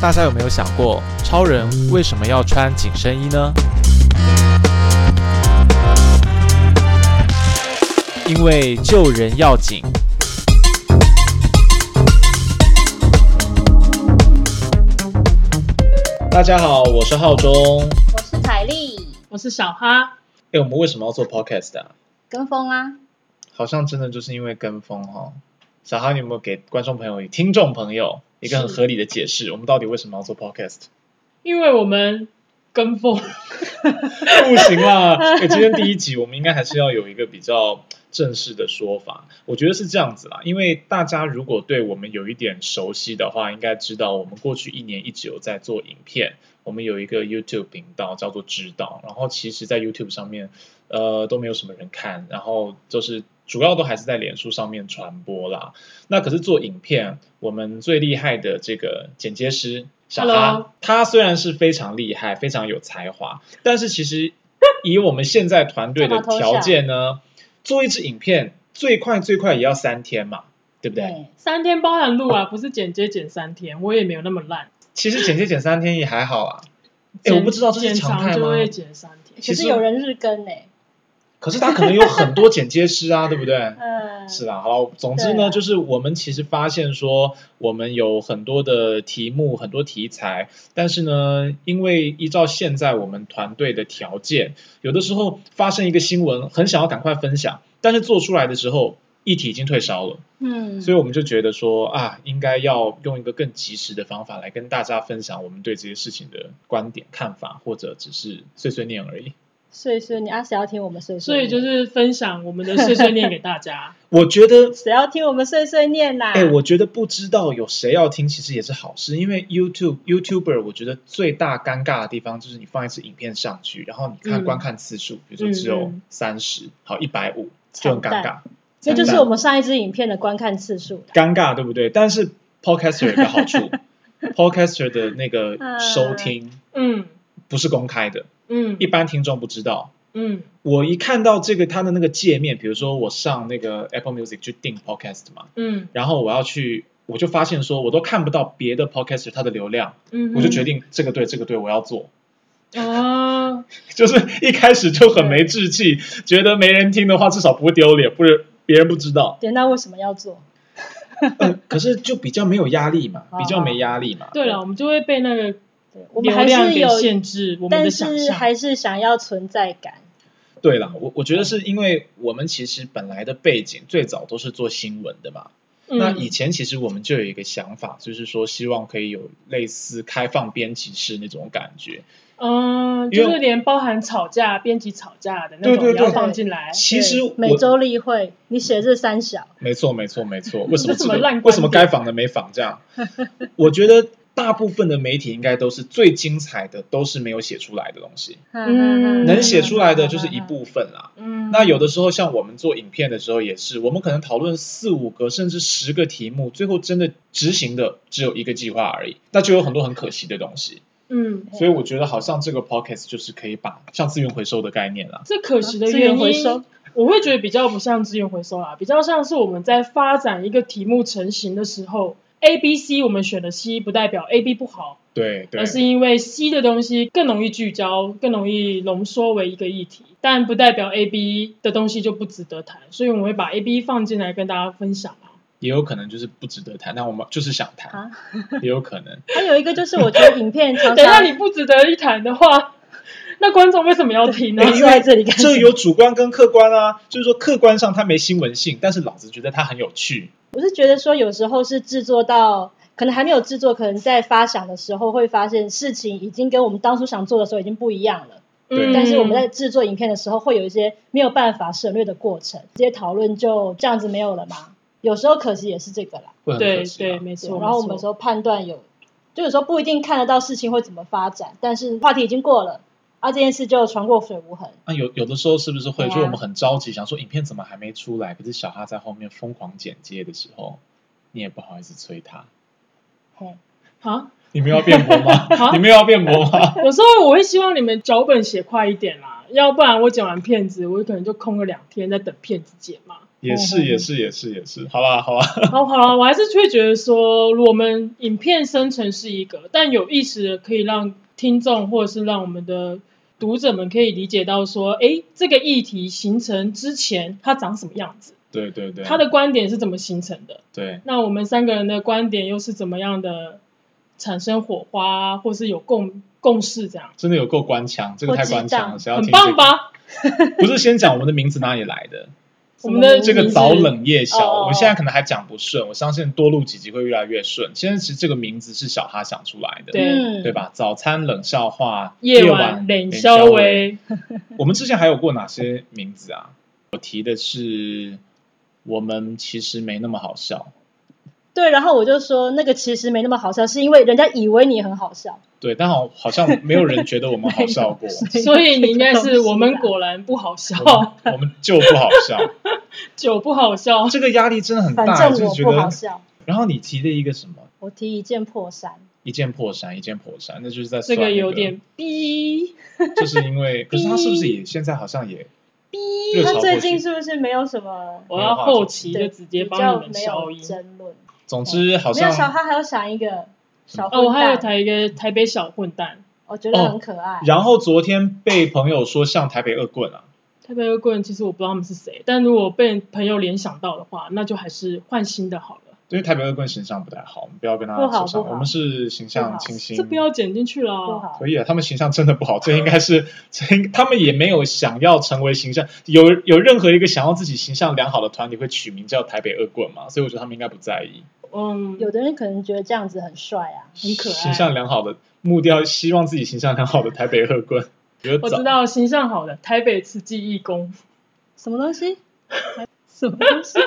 大家有没有想过，超人为什么要穿紧身衣呢？因为救人要紧。大家好，我是浩中。我是彩丽，我是小哈，哎，我们为什么要做 podcast 啊？跟风啊，好像真的就是因为跟风哈、哦。小哈，你有没有给观众朋友、听众朋友一个很合理的解释？我们到底为什么要做 podcast？因为我们跟风，不行啦！哎，今天第一集，我们应该还是要有一个比较正式的说法。我觉得是这样子啦，因为大家如果对我们有一点熟悉的话，应该知道我们过去一年一直有在做影片，我们有一个 YouTube 频道叫做“知道”，然后其实在 YouTube 上面，呃，都没有什么人看，然后就是主要都还是在脸书上面传播啦。那可是做影片，我们最厉害的这个剪接师小哈 Hello，他虽然是非常厉害、非常有才华，但是其实以我们现在团队的干嘛偷笑条件呢，做一支影片最快最快也要三天嘛，对不对？对，三天包含录啊，不是剪接剪三天，我也没有那么烂。其实剪接剪三天也还好啊。哎，我不知道这是剪常长态就吗？会剪三天，其可实是有人日更呢、可是他可能有很多剪接师啊，对不对？嗯，是啦，好啦，总之对呢，啊就是我们其实发现说，我们有很多的题目，很多题材，但是呢，因为依照现在我们团队的条件，有的时候发生一个新闻，很想要赶快分享，但是做出来的时候，议题已经退烧了，嗯，所以我们就觉得说啊，应该要用一个更及时的方法来跟大家分享我们对这些事情的观点、看法，或者只是碎碎念而已。碎碎念啊，谁要听我们碎碎所念？以啊就是分享我们的碎碎念给大家。我觉得谁要听我们碎碎念啦、哎、我觉得不知道有谁要听，其实也是好事，因为 YouTube YouTuber 我觉得最大尴尬的地方就是你放一次影片上去，然后你看嗯观看次数，比如说只有嗯嗯三十、好一百五，就很尴惨尬淡，这就是我们上一支影片的观看次数。尴尬对不对？但是 Podcaster 有一个好 处，Podcaster 的那个收听嗯不是公开的，嗯一般听众不知道。嗯我一看到这个它的那个界面，比如说我上那个 Apple Music 去订 Podcast 嘛，嗯然后我要去，我就发现说我都看不到别的 Podcaster 它的流量。嗯，我就决定这个对，这个对，我要做。 啊，就是一开始就很没志气，觉得没人听的话，至少不会丢脸，不然别人不知 道。对，那为什么要做？嗯，可是就比较没有压力嘛，哦比较没压力嘛。对了，我们就会被那个对，我们流还量是给有，限制，我们但的想是象。还是想要存在感。对啦，我我觉得是因为我们其实本来的背景最早都是做新闻的嘛。那嗯以前其实我们就有一个想法，就是说希望可以有类似开放编辑室那种感觉。嗯，因为就是连包含吵架、编辑吵架的对那种对也要对放进来。其实哎对我每周例会，你写这三小，没错，没错，没 错。为什么这什么烂观点为什么该仿的没 仿这样？我觉得大部分的媒体应该都是最精彩的，都是没有写出来的东西，嗯能写出来的就是一部分啦。嗯，那有的时候像我们做影片的时候也是，我们可能讨论四五个甚至十个题目，最后真的执行的只有一个计划而已，那就有很多很可惜的东西。嗯，所以我觉得好像这个 podcast 就是可以把像资源回收的概念啦，这可惜的资源原回因收，我会觉得比较不像资源回收啦，比较像是我们在发展一个题目成型的时候，A、B、C 我们选的 C 不代表 A、B 不好，对对而，是因为 C 的东西更容易聚焦，更容易浓缩为一个议题，但不代表 A、B 的东西就不值得谈，所以我们会把 A、B 放进来跟大家分享啊。也有可能就是不值得谈，但我们就是想谈，也有可能。啊还有一个就是我觉得影片常 等一下常你不值得一谈的话， 那观众为什么要听呢哎？坐在这里干什这么？有主观跟客观啊，就是说客观上它没新闻性，但是老子觉得它很有趣。我是觉得说，有时候是制作到可能还没有制作，可能在发想的时候会发现事情已经跟我们当初想做的时候已经不一样了。对嗯但是我们在制作影片的时候，会有一些没有办法省略的过程，这些讨论就这样子没有了吗？有时候可惜也是这个啦。会很可对惜啊、对没错，然后我们没有时错候判断有，就有时候不一定看得到事情会怎么发展，但是话题已经过了，啊这件事就船过水无痕。那有有的时候是不是会，对啊就我们很着急，想说影片怎么还没出来，可是小哈在后面疯狂剪接的时候，你也不好意思催他。嘿，啊。你们要辩驳 吗？啊好你们要辩驳吗？ 有时候我会希望你们脚本写快一点啦，要不然我剪完片子，我可能就空个两天在等片子剪嘛。也嗯是也是也是也是，好啦好啦，好好啊，我还是会觉得说，我们影片生成是一个，但有意识的可以让听众或者是让我们的读者们可以理解到说，诶，这个议题形成之前它长什么样子，对对对，它的观点是怎么形成的，对那我们三个人的观点又是怎么样的产生火花，或是有共共识这样，真的有够官腔，这个我太知官腔道了，谁要很听、这个？棒吧？不是先讲我们的名字哪里来的，我们的这个早冷夜宵，哦我现在可能还讲不顺，我相信多录几集会越来越顺。现在其实这个名字是小哈想出来的，对嗯对？吧？早餐冷笑话，夜晚晚冷消。 微， 我们之前还有过哪些名字啊？我提的是我们其实没那么好笑，对，然后我就说那个其实没那么好笑，是因为人家以为你很好笑。对，但好好像没有人觉得我们好笑 过，所以你应该是我们国果然不好笑，我哦们我们就不好笑， 酒不好 笑，这个压力真的很反大，就正是我觉不好得。笑。然后你提了一个什么？我提一件破衫，一件破衫，一件破衫，那就是在这算、那个有点逼。就是因为，可是他是不是 也现在好像也逼热潮他过最近去是不是没有什么？我要后期就直接比帮较你们没消有音。争论，总之好哦没有像小哈还要想一个小哦，我混还有蛋，台一个台北小混蛋，我觉得哦很可爱。 然后昨天被朋友说像台北恶棍啊，台北恶棍，其实我不知道他们是谁，但如果被朋友联想到的话，那就还是换新的好了。因为台北恶棍形象不太好，我们不要跟他不好受伤。不好我们是形不象好清新，这不要剪进去了不啊。好可以啊，他们形象真的不好，这应该是，这应他们也没有想要成为形象，有有任何一个想要自己形象良好的团体会取名叫台北恶棍嘛，所以我觉得他们应该不在意。嗯，有的人可能觉得这样子很帅啊，很可爱形象良好的木雕，希望自己形象良好的台北恶棍。 觉得我早知道形象好的台北刺激义工，什么东西？什么嗯东西？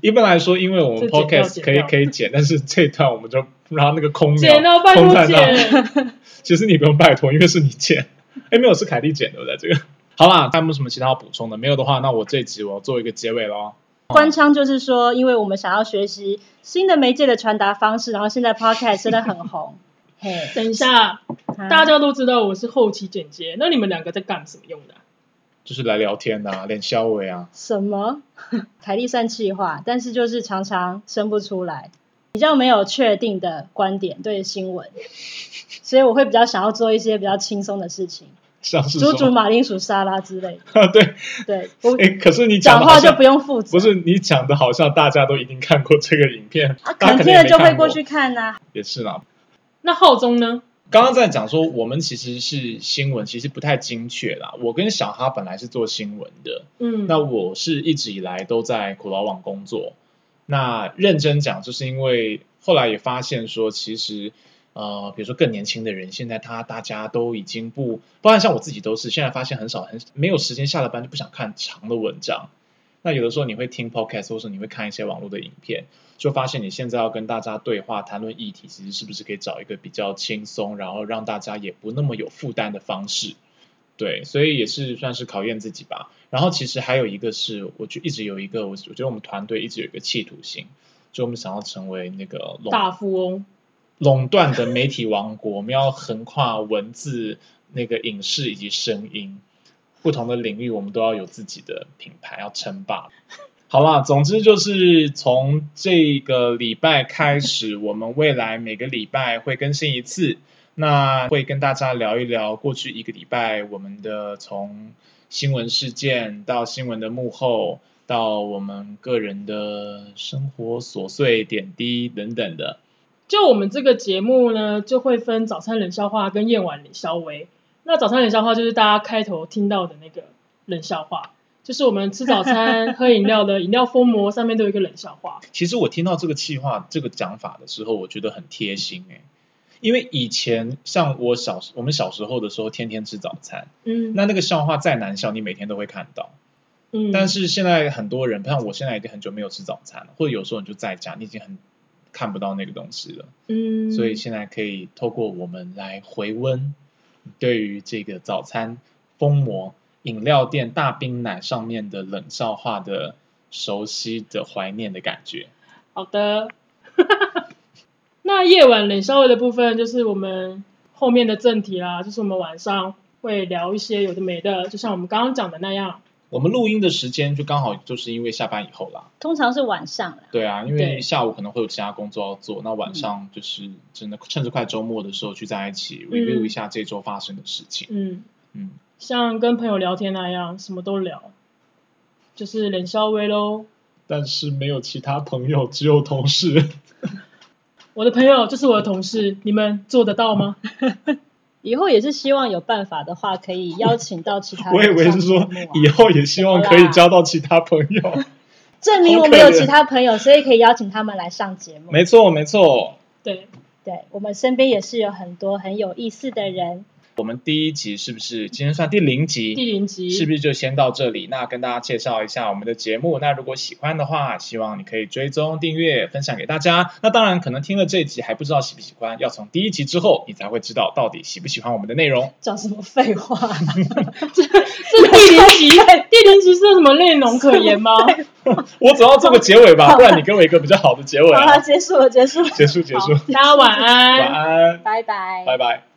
一般来说，因为我们这剪掉 podcast 剪可以掉可以剪，但是这一段我们就让那个空秒剪啊到拜空托在那里。剪， 其实你不用拜托，因为是你剪。哎，没有，是凯莉剪的，在这个。好啦，还有没有什么其他要补充的？没有的话，那我这集我要做一个结尾哦喽。官腔就是说，因为我们想要学习新的媒介的传达方式，然后现在 podcast 真的 很红，嘿，等一下，大家都知道我是后期剪接，那你们两个在干什么用的啊？就是来聊天呐、啊，脸消委啊，什么？ 凯莉算气话，但是就是常常生不出来，比较没有确定的观点对 新闻，所以我会比较想要做一些比较轻松的事情，像是煮说，煮马铃薯沙拉之类 的。对， 对，我哎，可是你讲的话好就像不用负责，不是你讲的，好像大家都一定看过这个影片，大啊，可家能可听也了没就会看过过去看啊呐、也是啦，那浩中呢？刚刚在讲说，我们其实是新闻，其实不太精确啦。我跟小哈本来是做新闻的，嗯，那我是一直以来都在苦劳网工作。那认真讲，就是因为后来也发现说，其实呃，比如说更年轻的人，现在他大家都已经不，包含像我自己都是，现在发现很少很没有时间，下了班就不想看长的文章。那有的时候你会听 podcast，或者你会看一些网络的影片，就发现你现在要跟大家对话谈论议题，其实是不是可以找一个比较轻松，然后让大家也不那么有负担的方式？对，所以也是算是考验自己吧。然后其实还有一个是，我就一直有一个，我我觉得我们团队一直有一个企图心，就我们想要成为那个垄大富翁，垄断的媒体王国，我们要横跨文字、那个影视以及声音不同的领域，我们都要有自己的品牌，要称霸。好啦，总之就是从这个礼拜开始，我们未来每个礼拜会更新一次，那会跟大家聊一聊过去一个礼拜我们的从新闻事件到新闻的幕后，到我们个人的生活琐碎点滴等等的。就我们这个节目呢，就会分早餐冷笑话跟夜晚冷笑微。那早餐冷笑话就是大家开头听到的那个冷笑话，就是我们吃早 餐、喝饮料的饮料封膜上面都有一个冷笑话。其实我听到这个气话这个讲法的时候，我觉得很贴心哎、因为以前像我小我们小时候的时候，天天吃早餐，嗯，那那个笑话再难笑，你每天都会看到。嗯，但是现在很多人，像我现在已经很久没有吃早餐了，或者有时候你就在家，你已经很看不到那个东西了。嗯，所以现在可以透过我们来回温对于这个早餐封膜饮料店大冰奶上面的冷笑话的熟悉的怀念的感觉。好的。 那夜晚冷笑微的部分就是我们后面的正题啦，就是我们晚上会聊一些有的没的，就像我们刚刚讲的那样，我们录音的时间就刚好就是因为下班以后啦。通常是晚上啦。对啊，因为对下午可能会有其他工作要做，那晚上就是真的趁着快周末的时候聚在一起 review 一下这周发生的事情。嗯，嗯，像跟朋友聊天那样，什么都聊，就是冷笑微喽。但是没有其他朋友，只有同事。我的朋友就是我的同事，你们做得到吗？以后也是希望有办法的话，可以邀请到其他 人、我以为是说啊以后也希望可以交到其他朋友。证明我们有其他朋友，所以可以邀请他们来上节目。没错，没错。对，对，我们身边也是有很多很有意思的人。我们第一集是不是今天算第零集？第零集 是不是就先到这里？那跟大家介绍一下我们的节目。那如果喜欢的话，希望你可以追踪、订阅、分享给大家。那当然，可能听了这一集还不知道喜不喜欢，要从第一集之后，你才会知道到底喜不喜欢我们的内容。讲什么废话？ 这第零集，第零集是有什么内容可言吗？我总要做个结尾吧，不然你给我一个比较好的结尾好啊、了，结束了，结束了，结束，结束，大家晚安，晚安，拜拜，拜拜。